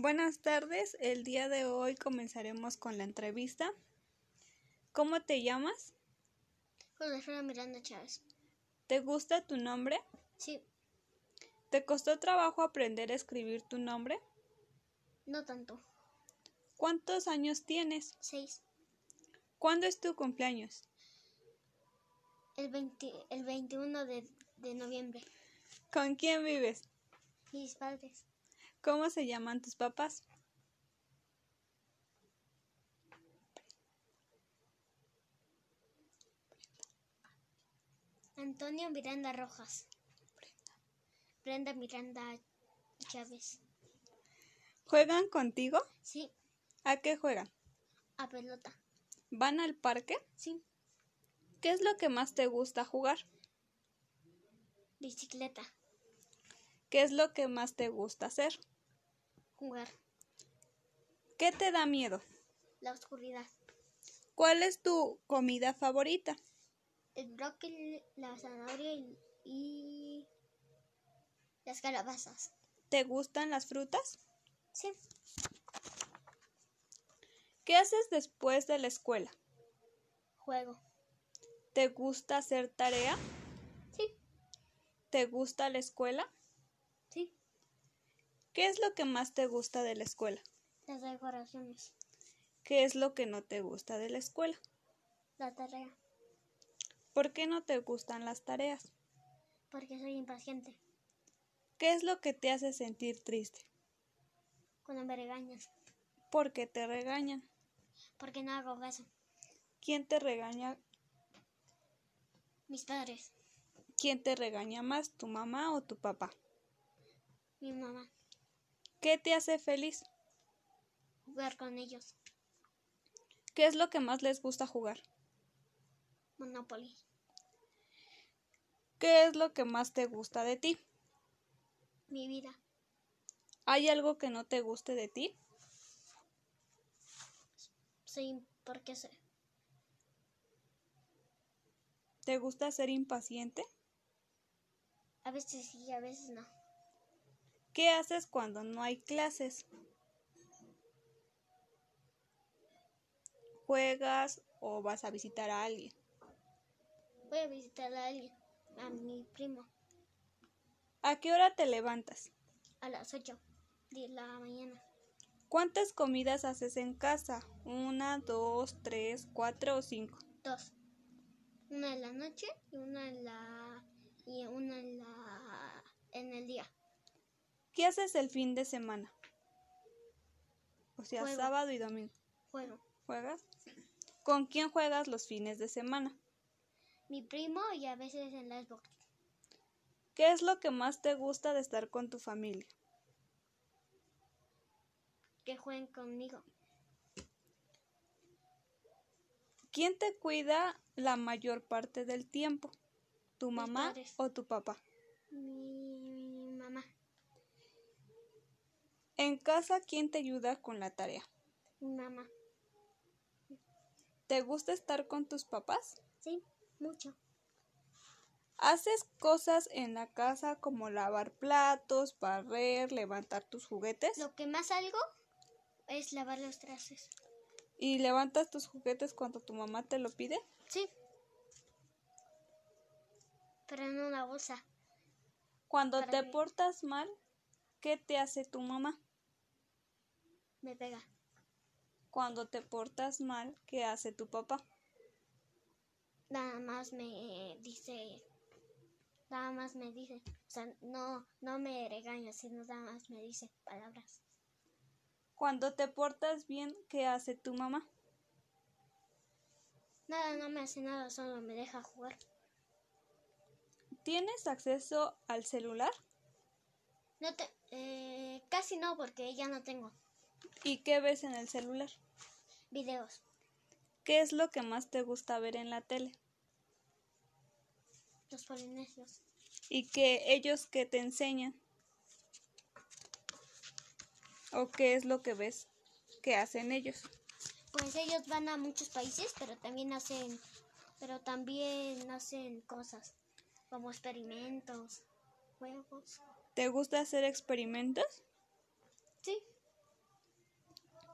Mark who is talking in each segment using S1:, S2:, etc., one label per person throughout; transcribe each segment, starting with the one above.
S1: Buenas tardes, el día de hoy comenzaremos con la entrevista. ¿Cómo te llamas?
S2: José Flora Miranda Chávez.
S1: ¿Te gusta tu nombre?
S2: Sí,
S1: ¿Te costó trabajo aprender a escribir tu nombre?
S2: no tanto.
S1: ¿Cuántos años tienes?
S2: Seis.
S1: ¿Cuándo es tu cumpleaños?
S2: El, 20 el 21 de, de noviembre.
S1: ¿Con quién vives?
S2: Mis padres.
S1: ¿Cómo se llaman tus papás?
S2: Antonio Miranda Rojas. Brenda Miranda Chávez.
S1: ¿Juegan contigo?
S2: Sí,
S1: ¿A qué juegan?
S2: a pelota.
S1: ¿Van al parque?
S2: Sí,
S1: ¿Qué es lo que más te gusta jugar?
S2: bicicleta.
S1: ¿Qué es lo que más te gusta hacer?
S2: Jugar.
S1: ¿Qué te da miedo?
S2: La oscuridad.
S1: ¿Cuál es tu comida favorita?
S2: El brócoli, la zanahoria y, y las calabazas.
S1: ¿Te gustan las frutas?
S2: Sí,
S1: ¿Qué haces después de la escuela?
S2: juego.
S1: ¿Te gusta hacer tarea?
S2: Sí,
S1: ¿Te gusta la escuela?
S2: sí.
S1: ¿Qué es lo que más te gusta de la escuela?
S2: Las decoraciones.
S1: ¿Qué es lo que no te gusta de la escuela?
S2: La tarea.
S1: ¿Por qué no te gustan las tareas?
S2: Porque soy impaciente.
S1: ¿Qué es lo que te hace sentir triste?
S2: Cuando me regañas.
S1: ¿Por qué te regañan?
S2: Porque no hago caso.
S1: ¿Quién te regaña?
S2: Mis padres.
S1: ¿Quién te regaña más, tu mamá o tu papá?
S2: Mi mamá.
S1: ¿Qué te hace feliz?
S2: Jugar con ellos.
S1: ¿Qué es lo que más les gusta jugar?
S2: Monopoly.
S1: ¿Qué es lo que más te gusta de ti?
S2: Mi vida.
S1: ¿Hay algo que no te guste de ti?
S2: Soy porque soy.
S1: ¿Te gusta ser impaciente?
S2: A veces sí, a veces no.
S1: ¿Qué haces cuando no hay clases? ¿Juegas o vas a visitar a alguien?
S2: Voy a visitar a alguien. A mi primo.
S1: ¿A qué hora te levantas?
S2: A las 8 de la mañana.
S1: ¿Cuántas comidas haces en casa? ¿Una, dos, tres, cuatro o cinco?
S2: Dos. Una en la noche y una en la. Y una en la. En el día.
S1: ¿Qué haces el fin de semana? O sea,
S2: Juego.
S1: sábado y domingo.
S2: Juego.
S1: ¿Juegas? ¿Con quién juegas los fines de semana?
S2: Mi primo y a veces en la Xbox.
S1: ¿Qué es lo que más te gusta de estar con tu familia?
S2: Que jueguen conmigo.
S1: ¿Quién te cuida la mayor parte del tiempo? ¿Tu
S2: Mis
S1: mamá
S2: padres.
S1: o tu papá?
S2: Mi mamá.
S1: En casa, ¿quién te ayuda con la tarea?
S2: Mi mamá.
S1: ¿Te gusta estar con tus papás?
S2: Sí, mucho.
S1: ¿Haces cosas en la casa como lavar platos, barrer, levantar tus juguetes?
S2: Lo que más algo es lavar los trastes.
S1: ¿Y levantas tus juguetes cuando tu mamá te lo pide?
S2: Sí. Pero en una bolsa.
S1: Cuando
S2: Para
S1: te
S2: mí.
S1: portas mal, ¿qué te hace tu mamá?
S2: Me pega.
S1: Cuando te portas mal, ¿qué hace tu papá?
S2: Nada más me dice. Nada más me dice. O sea, no, no me regaña, sino nada más me dice palabras.
S1: Cuando te portas bien, ¿qué hace tu mamá?
S2: Nada, no me hace nada, solo me deja jugar.
S1: ¿Tienes acceso al celular?
S2: No te, eh, casi no, porque ya no tengo
S1: ¿Y qué ves en el celular?
S2: videos.
S1: ¿Qué es lo que más te gusta ver en la tele?
S2: Los polinesios.
S1: ¿Y que ellos qué te enseñan? ¿O qué es lo que ves que hacen ellos?
S2: Pues ellos van a muchos países, pero también hacen, pero también hacen cosas como experimentos, juegos.
S1: ¿Te gusta hacer experimentos?
S2: Sí,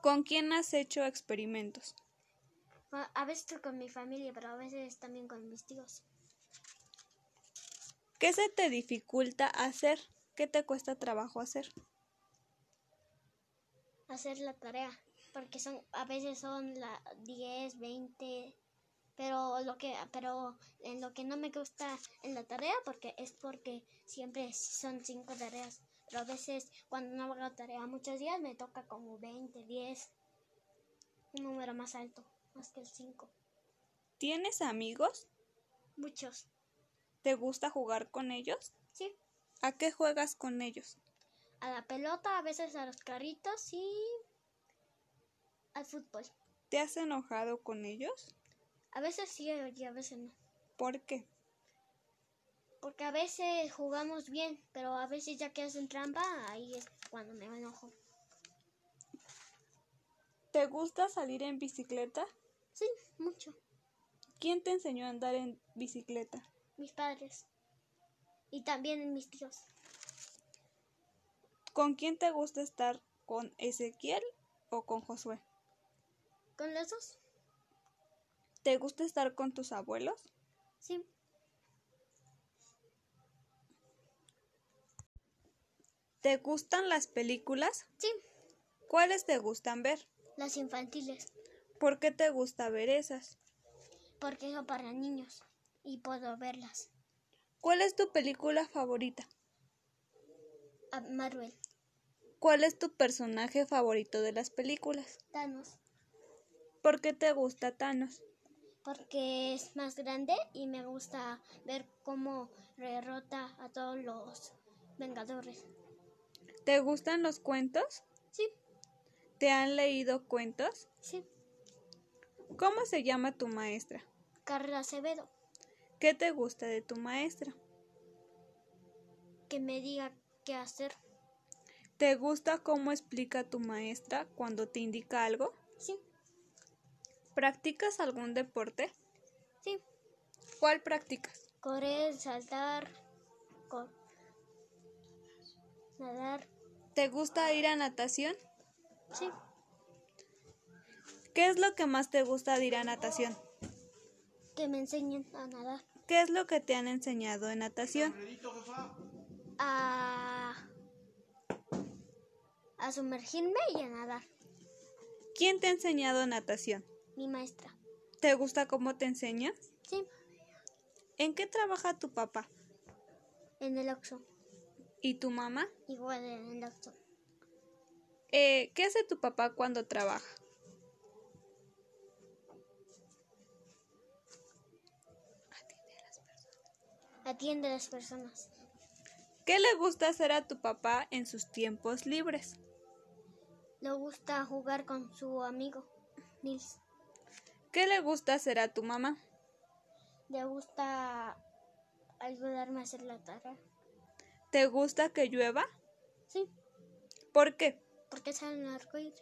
S1: ¿Con quién has hecho experimentos?
S2: A a veces con mi familia, pero a veces también con mis tíos.
S1: ¿Qué se te dificulta hacer? ¿Qué te cuesta trabajo hacer?
S2: hacer la tarea, porque son a veces son la 10, 20, pero lo que pero en lo que no me gusta en la tarea porque es porque siempre son cinco tareas, pero a veces cuando no hago tarea muchos días me toca como 20, 10, un número más alto, más que el 5.
S1: ¿Tienes amigos?
S2: Muchos.
S1: ¿Te gusta jugar con ellos?
S2: Sí,
S1: ¿A qué juegas con ellos?
S2: a la pelota, a veces a los carritos y al fútbol.
S1: ¿Te has enojado con ellos?
S2: A veces sí y a veces no.
S1: ¿Por qué?
S2: Porque a veces jugamos bien, pero a veces ya que hacen trampa, ahí es cuando me enojo.
S1: ¿Te gusta salir en bicicleta?
S2: Sí, mucho.
S1: ¿Quién te enseñó a andar en bicicleta?
S2: Mis padres. Y también mis tíos.
S1: ¿Con quién te gusta estar? ¿Con Ezequiel o con Josué?
S2: ¿Con los dos?
S1: ¿Te gusta estar con tus abuelos?
S2: Sí.
S1: ¿Te gustan las películas?
S2: Sí.
S1: ¿Cuáles te gustan ver?
S2: Las infantiles.
S1: ¿Por qué te gusta ver esas?
S2: Porque son para niños. Y puedo verlas.
S1: ¿Cuál es tu película favorita?
S2: A Marvel.
S1: ¿Cuál es tu personaje favorito de las películas?
S2: Thanos.
S1: ¿Por qué te gusta Thanos?
S2: Porque es más grande y me gusta ver cómo derrota a todos los Vengadores.
S1: ¿Te gustan los cuentos?
S2: Sí,
S1: ¿Te han leído cuentos?
S2: sí.
S1: ¿Cómo se llama tu maestra?
S2: Carla Acevedo.
S1: ¿Qué te gusta de tu maestra?
S2: que me diga qué hacer.
S1: ¿Te gusta cómo explica tu maestra cuando te indica algo?
S2: Sí,
S1: ¿Practicas algún deporte?
S2: sí.
S1: ¿Cuál practicas?
S2: Correr, saltar, cor- nadar.
S1: ¿Te gusta ir a natación?
S2: Sí,
S1: ¿Qué es lo que más te gusta de ir a natación?
S2: que me enseñen a nadar.
S1: ¿Qué es lo que te han enseñado en natación?
S2: A, a sumergirme y a nadar.
S1: ¿Quién te ha enseñado natación?
S2: Mi maestra.
S1: ¿Te gusta cómo te enseña?
S2: Sí,
S1: ¿En qué trabaja tu papá?
S2: en el Oxxo.
S1: ¿Y tu mamá?
S2: Igual en el Oxxo.
S1: Eh, ¿Qué hace tu papá cuando trabaja?
S2: Atiende a las personas.
S1: ¿Qué le gusta hacer a tu papá en sus tiempos libres?
S2: Le gusta jugar con su amigo, Nils.
S1: ¿Qué le gusta hacer a tu mamá?
S2: Le gusta ayudarme a hacer la tarea.
S1: ¿Te gusta que llueva?
S2: Sí,
S1: ¿Por qué?
S2: porque salen arcoíris.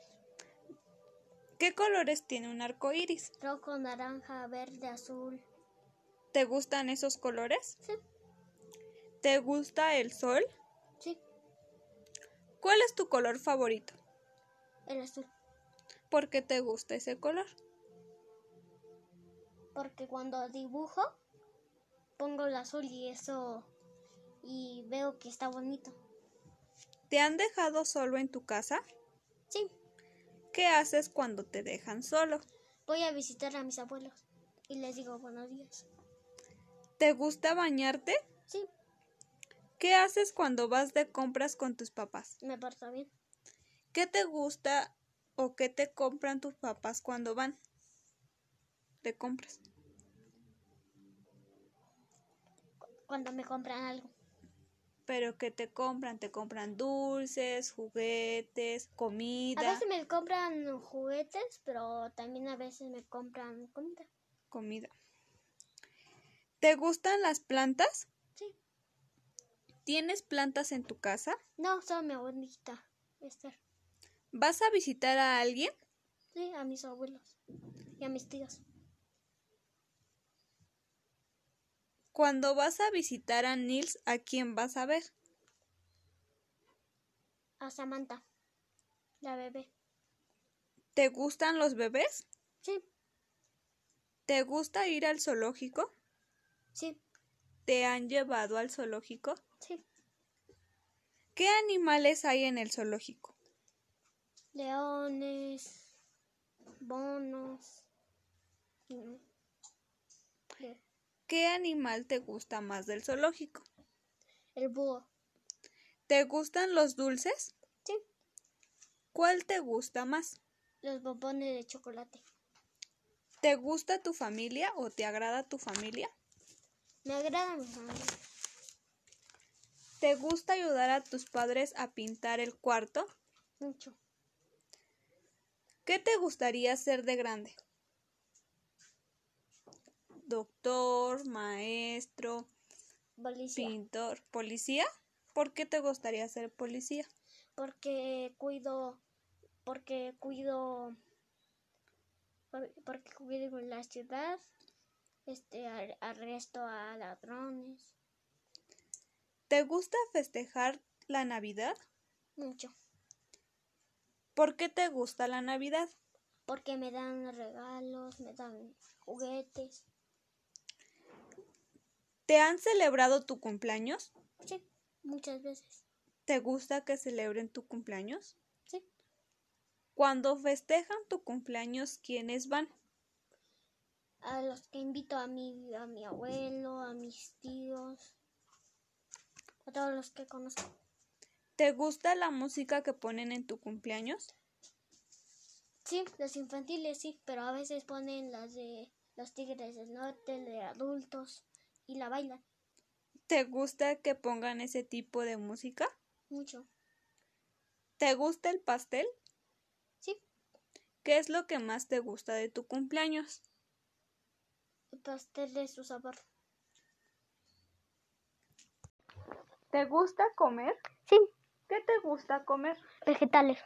S1: ¿Qué colores tiene un arco iris?
S2: Rojo, naranja, verde, azul.
S1: ¿Te gustan esos colores?
S2: Sí,
S1: ¿Te gusta el sol?
S2: sí,
S1: ¿Cuál es tu color favorito?
S2: el azul.
S1: ¿Por qué te gusta ese color?
S2: Porque cuando dibujo, pongo el azul y eso. Y veo que está bonito.
S1: ¿Te han dejado solo en tu casa?
S2: Sí,
S1: ¿Qué haces cuando te dejan solo?
S2: voy a visitar a mis abuelos. Y les digo buenos días.
S1: ¿Te gusta bañarte?
S2: Sí,
S1: ¿Qué haces cuando vas de compras con tus papás?
S2: me porto bien.
S1: ¿Qué te gusta o qué te compran tus papás cuando van de compras?
S2: Cuando me compran algo.
S1: ¿Pero qué te compran? ¿Te compran dulces, juguetes, comida?
S2: A veces me compran juguetes, pero también a veces me compran comida.
S1: Comida. ¿Te gustan las plantas?
S2: Sí.
S1: ¿Tienes plantas en tu casa?
S2: No, solo mi abuelita. Esther.
S1: ¿Vas a visitar a alguien?
S2: Sí, a mis abuelos. Y a mis tíos.
S1: Cuando vas a visitar a Nils, ¿a quién vas a ver?
S2: a Samantha, la bebé.
S1: ¿Te gustan los bebés?
S2: Sí,
S1: ¿Te gusta ir al zoológico?
S2: sí,
S1: ¿Te han llevado al zoológico?
S2: sí.
S1: ¿Qué animales hay en el zoológico?
S2: Leones, bonos. mm, le-
S1: ¿Qué animal te gusta más del zoológico?
S2: El búho.
S1: ¿Te gustan los dulces?
S2: Sí,
S1: ¿Cuál te gusta más?
S2: los bombones de chocolate.
S1: ¿Te gusta tu familia o te agrada tu familia?
S2: Me agrada mi familia.
S1: ¿Te gusta ayudar a tus padres a pintar el cuarto?
S2: Mucho.
S1: ¿Qué te gustaría ser de grande? Doctor, maestro,
S2: Policía.
S1: pintor, policía. ¿Por qué te gustaría ser policía?
S2: Porque cuido. Porque cuido. por- Porque cuido la ciudad. Este, ar- arresto a ladrones.
S1: ¿Te gusta festejar la Navidad?
S2: Mucho.
S1: ¿Por qué te gusta la Navidad?
S2: Porque me dan regalos, me dan juguetes.
S1: ¿Te han celebrado tu cumpleaños?
S2: Sí, muchas veces.
S1: ¿Te gusta que celebren tu cumpleaños?
S2: Sí.
S1: Cuando festejan tu cumpleaños, ¿quiénes van?
S2: A los que invito a mi, a mi abuelo, a mis tíos. A todos los que conozco.
S1: ¿Te gusta la música que ponen en tu cumpleaños?
S2: Sí, los infantiles sí, pero a veces ponen las de los tigres del norte, de adultos, y la bailan
S1: ¿Te gusta que pongan ese tipo de música?
S2: mucho.
S1: ¿Te gusta el pastel?
S2: Sí,
S1: ¿Qué es lo que más te gusta de tu cumpleaños?
S2: el pastel de su sabor.
S1: ¿Te gusta comer?
S2: Sí,
S1: ¿Qué te gusta comer?
S2: vegetales.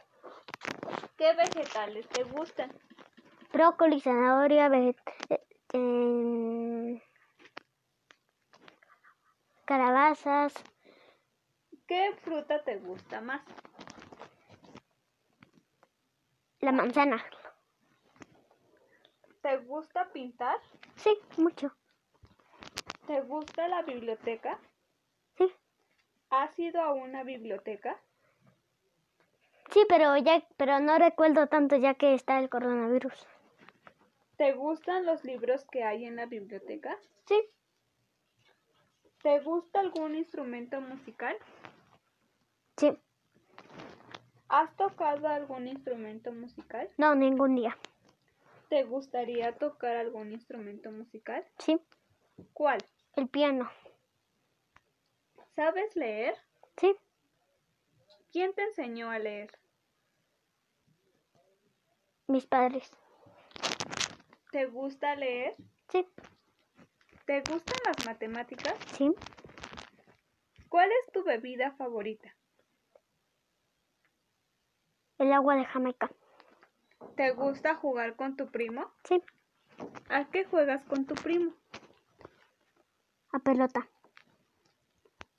S1: ¿Qué vegetales te gustan?
S2: Brócoli, zanahoria, calabazas,
S1: ¿Qué fruta te gusta más?
S2: la manzana.
S1: ¿Te gusta pintar?
S2: Sí, mucho.
S1: ¿Te gusta la biblioteca?
S2: Sí,
S1: ¿Has ido a una biblioteca?
S2: sí, pero ya, pero no recuerdo tanto ya que está el coronavirus.
S1: ¿Te gustan los libros que hay en la biblioteca?
S2: Sí,
S1: ¿Te gusta algún instrumento musical?
S2: sí,
S1: ¿Has tocado algún instrumento musical?
S2: no ningún día.
S1: ¿Te gustaría tocar algún instrumento musical?
S2: Sí,
S1: ¿Cuál?
S2: el piano.
S1: ¿Sabes leer?
S2: Sí,
S1: ¿Quién te enseñó a leer?
S2: mis padres.
S1: ¿Te gusta leer?
S2: Sí,
S1: ¿Te gustan las matemáticas?
S2: sí.
S1: ¿Cuál es tu bebida favorita?
S2: El agua de Jamaica.
S1: ¿Te gusta jugar con tu primo?
S2: Sí,
S1: ¿A qué juegas con tu primo?
S2: a pelota.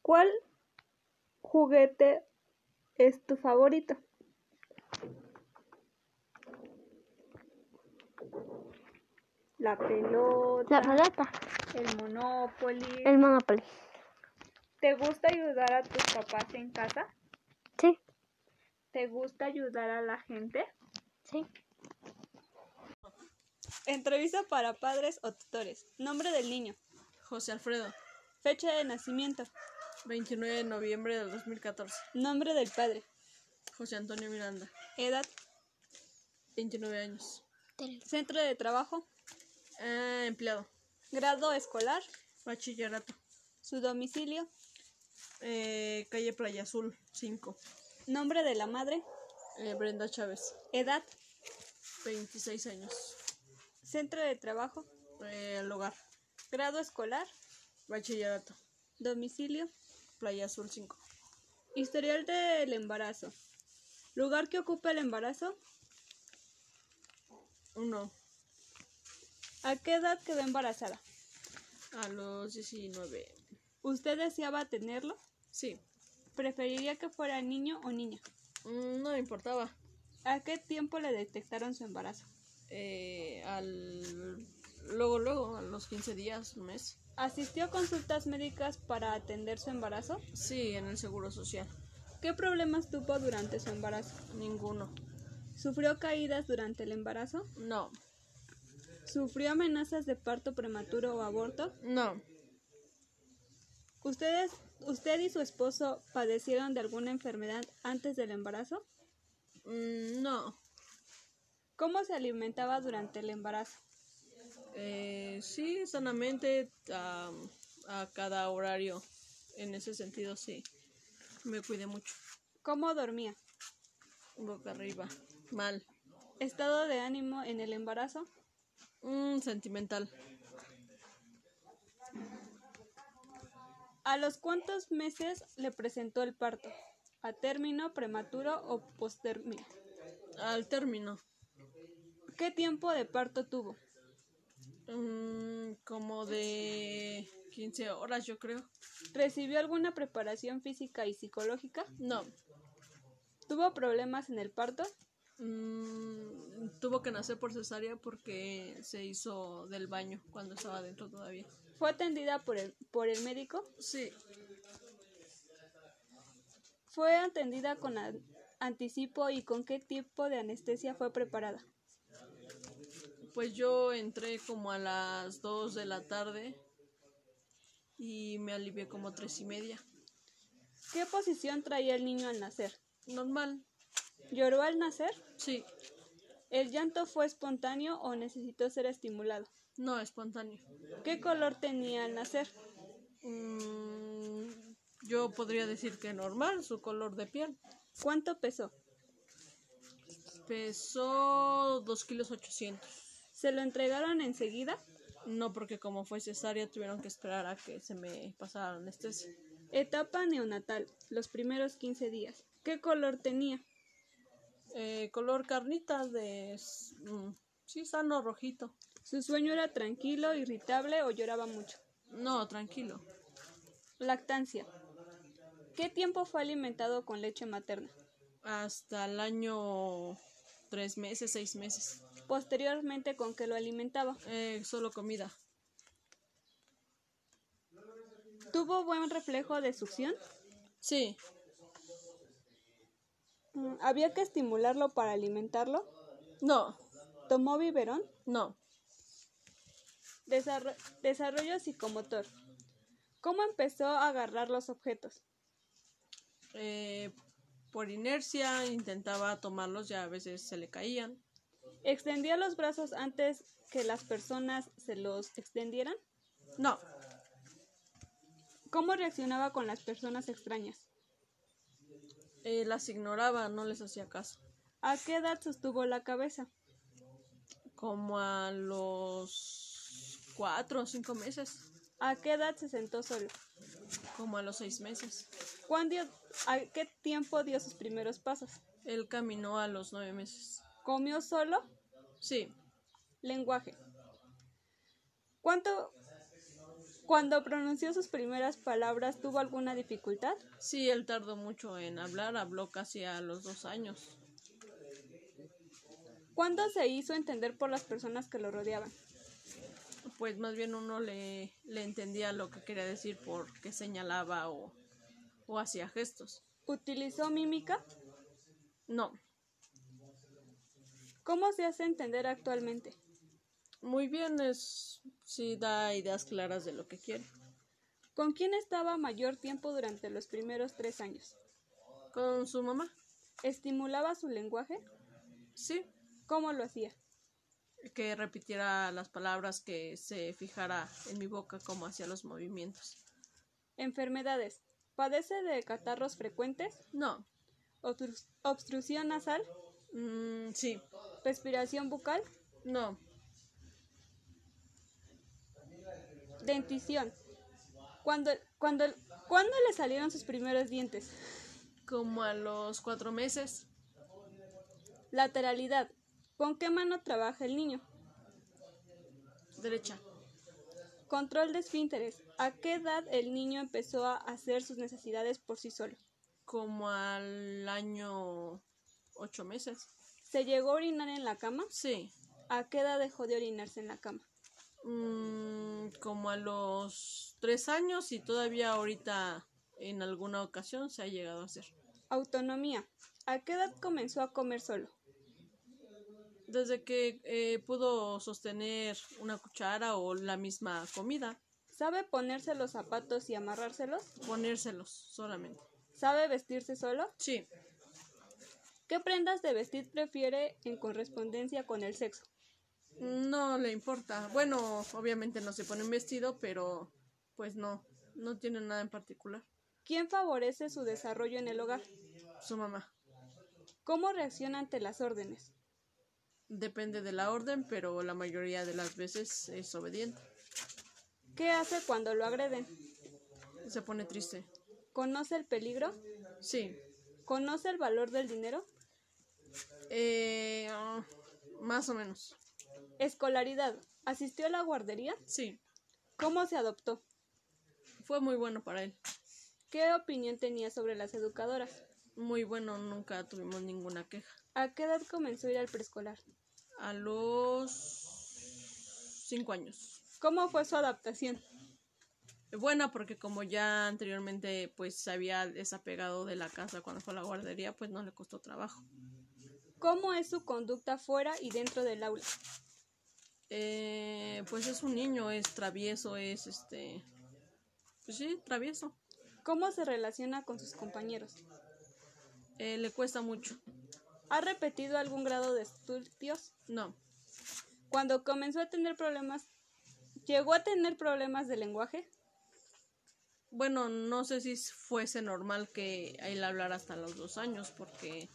S1: ¿Cuál juguete es tu favorito? La pelota,
S2: La pelota.
S1: el Monopoly.
S2: El Monopoly.
S1: ¿Te gusta ayudar a tus papás en casa?
S2: Sí,
S1: ¿Te gusta ayudar a la gente?
S2: sí.
S1: Entrevista para padres o tutores. Nombre del niño.
S3: José Alfredo,
S1: Fecha de nacimiento.
S3: 29 de noviembre del 2014.
S1: Nombre del padre.
S3: José Antonio Miranda,
S1: Edad.
S3: 29 años.
S1: Centro de trabajo.
S3: Ah, empleado,
S1: Grado escolar.
S3: bachillerato,
S1: Su domicilio.
S3: eh, calle Playa Azul, 5.
S1: Nombre de la madre.
S3: Eh, Brenda Chávez,
S1: Edad.
S3: 26 años.
S1: Centro de trabajo.
S3: Eh, el hogar,
S1: Grado escolar.
S3: bachillerato,
S1: Domicilio.
S3: Playa Azul, 5.
S1: Historial del embarazo. Lugar que ocupa el embarazo.
S3: 1
S1: ¿A qué edad quedó embarazada?
S3: a los 19.
S1: ¿Usted deseaba tenerlo?
S3: Sí,
S1: ¿Preferiría que fuera niño o niña?
S3: Mm, no me importaba.
S1: ¿A qué tiempo le detectaron su embarazo?
S3: Eh, al. Luego, luego, a los 15 días, un mes.
S1: ¿Asistió a consultas médicas para atender su embarazo?
S3: Sí, en el seguro social.
S1: ¿Qué problemas tuvo durante su embarazo?
S3: Ninguno.
S1: ¿Sufrió caídas durante el embarazo?
S3: No.
S1: ¿Sufrió amenazas de parto prematuro o aborto?
S3: No.
S1: ¿Ustedes, ¿Usted y su esposo padecieron de alguna enfermedad antes del embarazo?
S3: Mm, no.
S1: ¿Cómo se alimentaba durante el embarazo?
S3: Eh, sí, sanamente a, a cada horario. En ese sentido, sí. Me cuidé mucho.
S1: ¿Cómo dormía?
S3: Boca arriba. Mal.
S1: ¿Estado de ánimo en el embarazo?
S3: Mm, sentimental.
S1: ¿A los cuántos meses le presentó el parto? ¿A término, prematuro o postérmino?
S3: Al término.
S1: ¿Qué tiempo de parto tuvo?
S3: Mm, como de 15 horas, yo creo.
S1: ¿Recibió alguna preparación física y psicológica?
S3: No.
S1: ¿Tuvo problemas en el parto?
S3: Mm, tuvo que nacer por cesárea porque se hizo del baño cuando estaba dentro todavía.
S1: ¿Fue atendida por el, por el médico?
S3: Sí,
S1: ¿Fue atendida con an- anticipo y con qué tipo de anestesia fue preparada?
S3: pues yo entré como a las 2 de la tarde y me alivié como tres y media.
S1: ¿Qué posición traía el niño al nacer?
S3: Normal,
S1: ¿Lloró al nacer?
S3: sí,
S1: ¿El llanto fue espontáneo o necesitó ser estimulado?
S3: no espontáneo.
S1: ¿Qué color tenía al nacer?
S3: Mm, yo podría decir que normal, su color de piel.
S1: ¿Cuánto pesó?
S3: Pesó 2 kilos 800.
S1: ¿Se lo entregaron enseguida?
S3: No, porque como fue cesárea tuvieron que esperar a que se me pasara la anestesia.
S1: Etapa neonatal, los primeros 15 días. ¿Qué color tenía?
S3: Eh, color carnita de... s- mm, sí, sano rojito.
S1: ¿Su sueño era tranquilo, irritable o lloraba mucho?
S3: No, tranquilo.
S1: Lactancia. ¿Qué tiempo fue alimentado con leche materna?
S3: Hasta el año... Tres meses, seis meses.
S1: Posteriormente, ¿con qué lo alimentaba?
S3: Eh, solo comida.
S1: ¿Tuvo buen reflejo de succión?
S3: Sí,
S1: Mm, ¿Había que estimularlo para alimentarlo?
S3: no,
S1: ¿Tomó biberón?
S3: no.
S1: Desarro- desarrollo psicomotor. ¿Cómo empezó a agarrar los objetos?
S3: Eh, por inercia intentaba tomarlos, ya a veces se le caían.
S1: ¿Extendía los brazos antes que las personas se los extendieran?
S3: No,
S1: ¿Cómo reaccionaba con las personas extrañas?
S3: eh, las ignoraba, no les hacía caso.
S1: ¿A qué edad sostuvo la cabeza?
S3: Como a los cuatro o cinco meses.
S1: ¿A qué edad se sentó solo?
S3: como a los seis meses.
S1: ¿Cuán dio- ¿A qué tiempo dio sus primeros pasos?
S3: Él caminó a los nueve meses.
S1: ¿Comió solo?
S3: Sí,
S1: Lenguaje. ¿Cuánto... Cuando pronunció sus primeras palabras, ¿tuvo alguna dificultad?
S3: sí, él tardó mucho en hablar, habló casi a los dos años.
S1: ¿Cuándo se hizo entender por las personas que lo rodeaban?
S3: Pues más bien uno le, le entendía lo que quería decir porque señalaba o, o hacía gestos.
S1: ¿Utilizó mímica?
S3: No,
S1: ¿Cómo se hace entender actualmente?
S3: muy bien, es, sí da ideas claras de lo que quiere.
S1: ¿Con quién estaba mayor tiempo durante los primeros tres años?
S3: ¿Con su mamá?
S1: ¿Estimulaba su lenguaje?
S3: Sí,
S1: ¿Cómo lo hacía?
S3: que repitiera las palabras, que se fijara en mi boca cómo hacía los movimientos.
S1: Enfermedades. ¿Padece de catarros frecuentes?
S3: No,
S1: Obstru- ¿Obstrucción nasal?
S3: mm, sí,
S1: ¿Respiración bucal?
S3: no,
S1: Dentición. Cuando, cuando, ¿Cuándo le salieron sus primeros dientes?
S3: como a los cuatro meses.
S1: Lateralidad. ¿Con qué mano trabaja el niño?
S3: Derecha.
S1: Control de esfínteres. ¿A qué edad el niño empezó a hacer sus necesidades por sí solo?
S3: Como al año ocho meses.
S1: ¿Se llegó a orinar en la cama?
S3: Sí.
S1: ¿A qué edad dejó de orinarse en la cama?
S3: Mm, como a los tres años y todavía ahorita en alguna ocasión se ha llegado a hacer.
S1: Autonomía. ¿A qué edad comenzó a comer solo?
S3: Desde que eh, pudo sostener una cuchara o la misma comida,
S1: ¿Sabe ponerse los zapatos y amarrárselos?
S3: ponérselos solamente.
S1: ¿Sabe vestirse solo?
S3: Sí,
S1: ¿Qué prendas de vestir prefiere en correspondencia con el sexo?
S3: no le importa. Bueno, obviamente no se pone un vestido, pero pues no, no tiene nada en particular.
S1: ¿Quién favorece su desarrollo en el hogar?
S3: Su mamá.
S1: ¿Cómo reacciona ante las órdenes?
S3: Depende de la orden, pero la mayoría de las veces es obediente.
S1: ¿Qué hace cuando lo agreden?
S3: Se pone triste.
S1: ¿Conoce el peligro?
S3: Sí,
S1: ¿Conoce el valor del dinero?
S3: Eh, ah, más o menos.
S1: Escolaridad. ¿Asistió a la guardería?
S3: Sí.
S1: ¿Cómo se adoptó?
S3: Fue muy bueno para él.
S1: ¿Qué opinión tenía sobre las educadoras?
S3: Muy bueno, nunca tuvimos ninguna queja.
S1: ¿A qué edad comenzó a ir al preescolar?
S3: A los cinco años.
S1: ¿Cómo fue su adaptación?
S3: Buena porque como ya anteriormente pues se había desapegado de la casa cuando fue a la guardería, pues no le costó trabajo.
S1: ¿Cómo es su conducta fuera y dentro del aula?
S3: Eh, pues es un niño, es travieso, es este... Pues sí, travieso.
S1: ¿Cómo se relaciona con sus compañeros?
S3: Eh, le cuesta mucho.
S1: ¿Ha repetido algún grado de estudios?
S3: No,
S1: Cuando comenzó a tener problemas, ¿llegó a tener problemas de lenguaje?
S3: Bueno, no sé si fuese normal que él hablara hasta los dos años, porque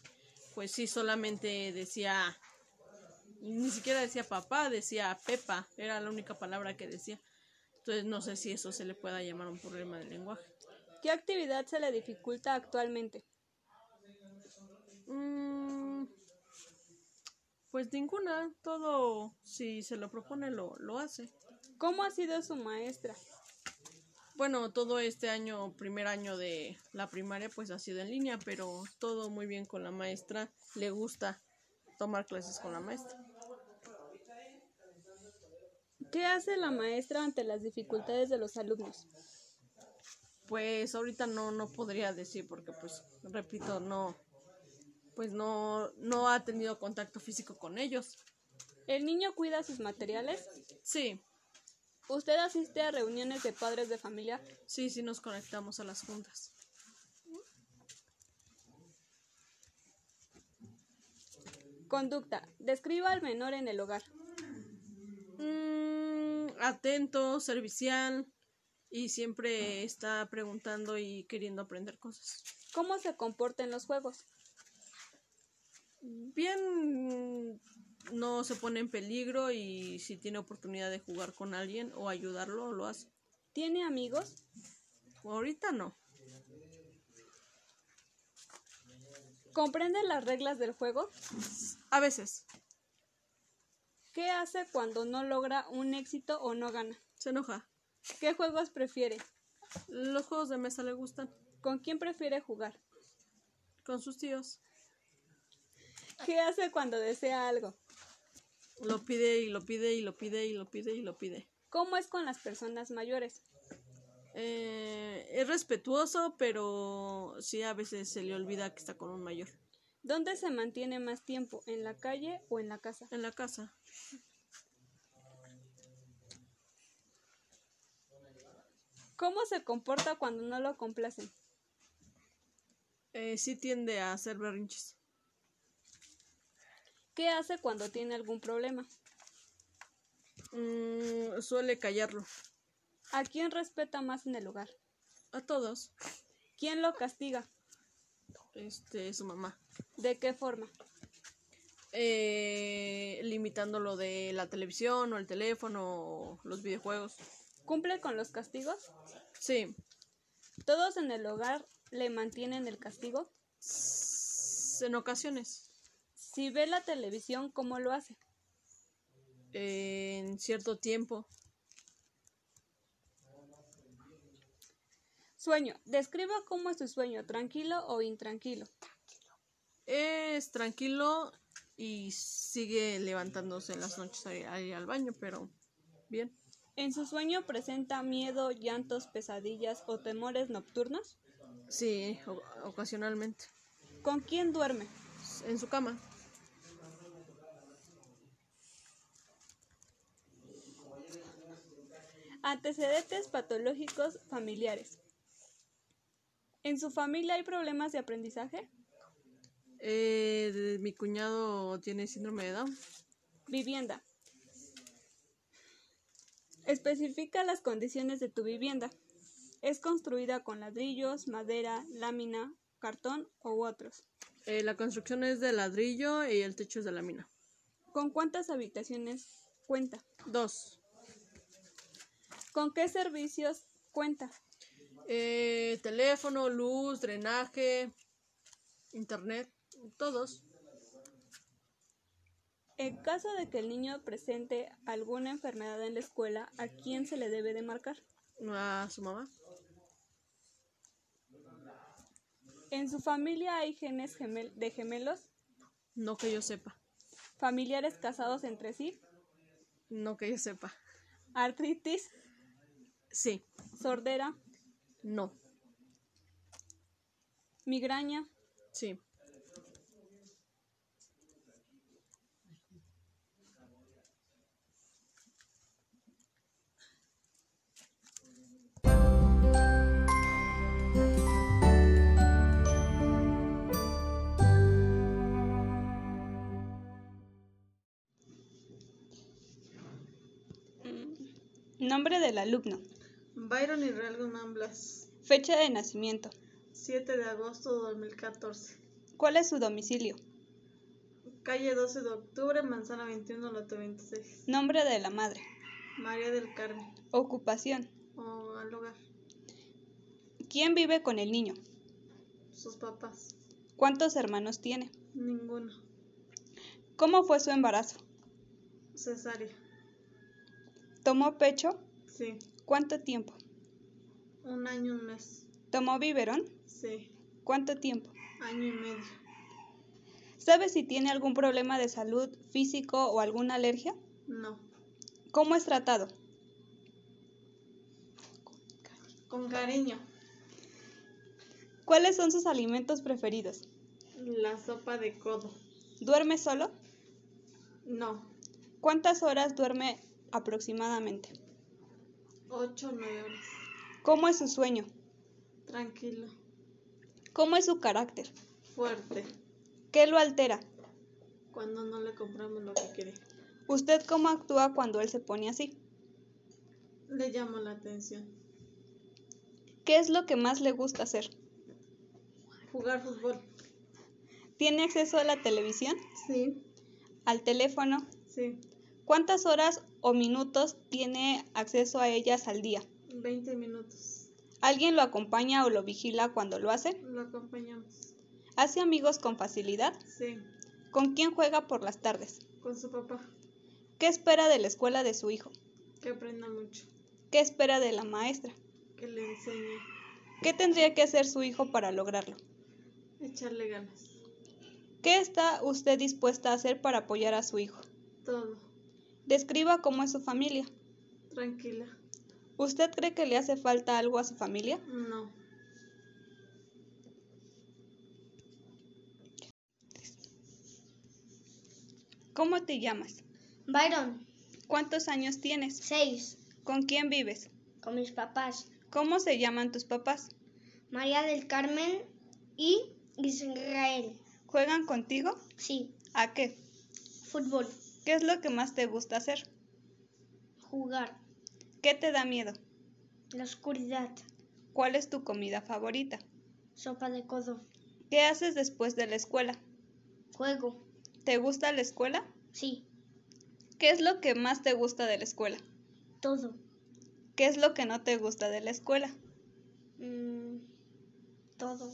S3: pues sí, solamente decía, ni siquiera decía papá, decía Pepa, era la única palabra que decía. Entonces no sé si eso se le pueda llamar un problema de lenguaje.
S1: ¿Qué actividad se le dificulta actualmente?
S3: Mm, pues ninguna, todo si se lo propone lo, lo hace.
S1: ¿Cómo ha sido su maestra?
S3: Bueno, todo este año, primer año de la primaria, pues ha sido en línea, pero todo muy bien con la maestra. Le gusta tomar clases con la maestra.
S1: ¿Qué hace la maestra ante las dificultades de los alumnos?
S3: Pues ahorita no, no podría decir porque, pues, repito, no, pues no, no ha tenido contacto físico con ellos.
S1: ¿El niño cuida sus materiales?
S3: Sí,
S1: ¿Usted asiste a reuniones de padres de familia?
S3: sí, sí nos conectamos a las juntas.
S1: Conducta. Describa al menor en el hogar.
S3: Mm, atento, servicial y siempre está preguntando y queriendo aprender cosas.
S1: ¿Cómo se comporta en los juegos?
S3: bien mm, no se pone en peligro y si tiene oportunidad de jugar con alguien o ayudarlo lo hace.
S1: ¿Tiene amigos?
S3: Ahorita no.
S1: ¿Comprende las reglas del juego?
S3: A veces
S1: ¿Qué hace cuando no logra un éxito o no gana?
S3: se enoja.
S1: ¿Qué juegos prefiere?
S3: Los juegos de mesa le gustan
S1: ¿Con quién prefiere jugar?
S3: con sus tíos.
S1: ¿Qué hace cuando desea algo?
S3: Lo pide y lo pide y lo pide y lo pide y lo pide.
S1: ¿Cómo es con las personas mayores?
S3: Eh, es respetuoso, pero sí a veces se le olvida que está con un mayor.
S1: ¿Dónde se mantiene más tiempo? ¿En la calle o en la casa?
S3: En la casa.
S1: ¿Cómo se comporta cuando no lo complacen?
S3: Eh, sí tiende a hacer berrinches.
S1: ¿Qué hace cuando tiene algún problema?
S3: Mm, suele callarlo.
S1: ¿A quién respeta más en el hogar?
S3: A todos.
S1: ¿Quién lo castiga?
S3: Este, su mamá.
S1: ¿De qué forma?
S3: eh, limitando lo de la televisión o el teléfono o los videojuegos.
S1: ¿Cumple con los castigos?
S3: Sí,
S1: ¿Todos en el hogar le mantienen el castigo?
S3: s- en ocasiones,
S1: Si ve la televisión, ¿cómo lo hace?
S3: eh, en cierto tiempo.
S1: Sueño. Describa cómo es su sueño, tranquilo o intranquilo.
S3: Es tranquilo y sigue levantándose en las noches a ir- a ir al baño, pero bien.
S1: ¿En su sueño presenta miedo, llantos, pesadillas o temores nocturnos?
S3: Sí, o- ocasionalmente.
S1: ¿Con quién duerme?
S3: En su cama.
S1: Antecedentes patológicos familiares. ¿En su familia hay problemas de aprendizaje?
S3: Eh, de- mi cuñado tiene síndrome de Down.
S1: Vivienda. Especifica las condiciones de tu vivienda. ¿Es construida con ladrillos, madera, lámina, cartón u otros?
S3: Eh, la construcción es de ladrillo y el techo es de lámina.
S1: ¿Con cuántas habitaciones cuenta?
S3: Dos.
S1: ¿Con qué servicios cuenta?
S3: Eh, teléfono, luz, drenaje, internet, todos.
S1: En caso de que el niño presente alguna enfermedad en la escuela, ¿a quién se le debe de marcar?
S3: A su mamá.
S1: ¿En su familia hay genes gemel- de gemelos?
S3: No que yo sepa.
S1: ¿Familiares casados entre sí?
S3: No que yo sepa.
S1: ¿Artritis?
S3: Sí.
S1: ¿Sordera?
S3: No.
S1: ¿Migraña?
S3: Sí.
S1: Nombre del alumno.
S4: Byron Israel Guzmán Blas,
S1: Fecha de nacimiento.
S4: 7 de agosto de 2014.
S1: ¿Cuál es su domicilio?
S4: Calle 12 de octubre, manzana 21, lote 26.
S1: Nombre de la madre.
S4: María del Carmen,
S1: Ocupación.
S4: o al hogar,
S1: ¿Quién vive con el niño?
S4: sus papás.
S1: ¿Cuántos hermanos tiene?
S4: Ninguno.
S1: ¿Cómo fue su embarazo?
S4: Cesárea.
S1: ¿Tomó pecho?
S4: Sí.
S1: ¿Cuánto tiempo?
S4: Un año, un mes.
S1: ¿Tomó biberón?
S4: Sí.
S1: ¿Cuánto tiempo?
S4: Año y medio.
S1: ¿Sabe si tiene algún problema de salud físico o alguna alergia?
S4: No.
S1: ¿Cómo es tratado?
S4: Con cariño.
S1: ¿Cuáles son sus alimentos preferidos?
S4: La sopa de codo.
S1: ¿Duerme solo?
S4: No.
S1: ¿Cuántas horas duerme aproximadamente?
S4: 8 o 9 horas.
S1: ¿Cómo es su sueño?
S4: Tranquilo.
S1: ¿Cómo es su carácter?
S4: Fuerte.
S1: ¿Qué lo altera?
S4: Cuando no le compramos lo que quiere.
S1: ¿Usted cómo actúa cuando él se pone así?
S4: Le llamo la atención.
S1: ¿Qué es lo que más le gusta hacer?
S4: Jugar fútbol.
S1: ¿Tiene acceso a la televisión?
S4: Sí.
S1: ¿Al teléfono?
S4: Sí.
S1: ¿Cuántas horas o minutos tiene acceso a ellas al día?
S4: 20 minutos.
S1: ¿Alguien lo acompaña o lo vigila cuando lo hace?
S4: Lo acompañamos.
S1: ¿Hace amigos con facilidad?
S4: Sí,
S1: ¿Con quién juega por las tardes?
S4: con su papá,
S1: ¿Qué espera de la escuela de su hijo?
S4: que aprenda mucho,
S1: ¿Qué espera de la maestra?
S4: que le enseñe,
S1: ¿Qué tendría que hacer su hijo para lograrlo?
S4: echarle ganas.
S1: ¿Qué está usted dispuesta a hacer para apoyar a su hijo?
S4: Todo,
S1: Describa cómo es su familia.
S4: tranquila.
S1: ¿Usted cree que le hace falta algo a su familia?
S4: No,
S1: ¿Cómo te llamas?
S2: Byron,
S1: ¿Cuántos años tienes?
S2: 6.
S1: ¿Con quién vives?
S2: Con mis papás.
S1: ¿Cómo se llaman tus papás?
S2: María del Carmen y Israel.
S1: ¿Juegan contigo?
S2: Sí,
S1: ¿A qué?
S2: fútbol,
S1: ¿Qué es lo que más te gusta hacer?
S2: jugar,
S1: ¿Qué te da miedo?
S2: la oscuridad,
S1: ¿Cuál es tu comida favorita?
S2: sopa de codo,
S1: ¿Qué haces después de la escuela?
S2: juego,
S1: ¿Te gusta la escuela?
S2: sí,
S1: ¿Qué es lo que más te gusta de la escuela?
S2: todo.
S1: ¿Qué es lo que no te gusta de la escuela?
S2: Mm, todo.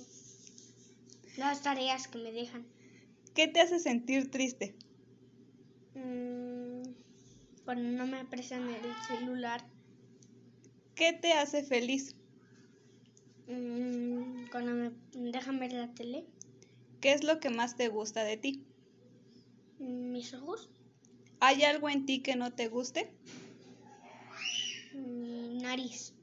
S2: Las tareas que me dejan.
S1: ¿Qué te hace sentir triste?
S2: Mm, cuando no me prestan el celular.
S1: ¿Qué te hace feliz?
S2: Mm, cuando me dejan ver la tele.
S1: ¿Qué es lo que más te gusta de ti?
S2: mm, mis ojos,
S1: ¿Hay algo en ti que no te guste?
S2: mi mm, nariz,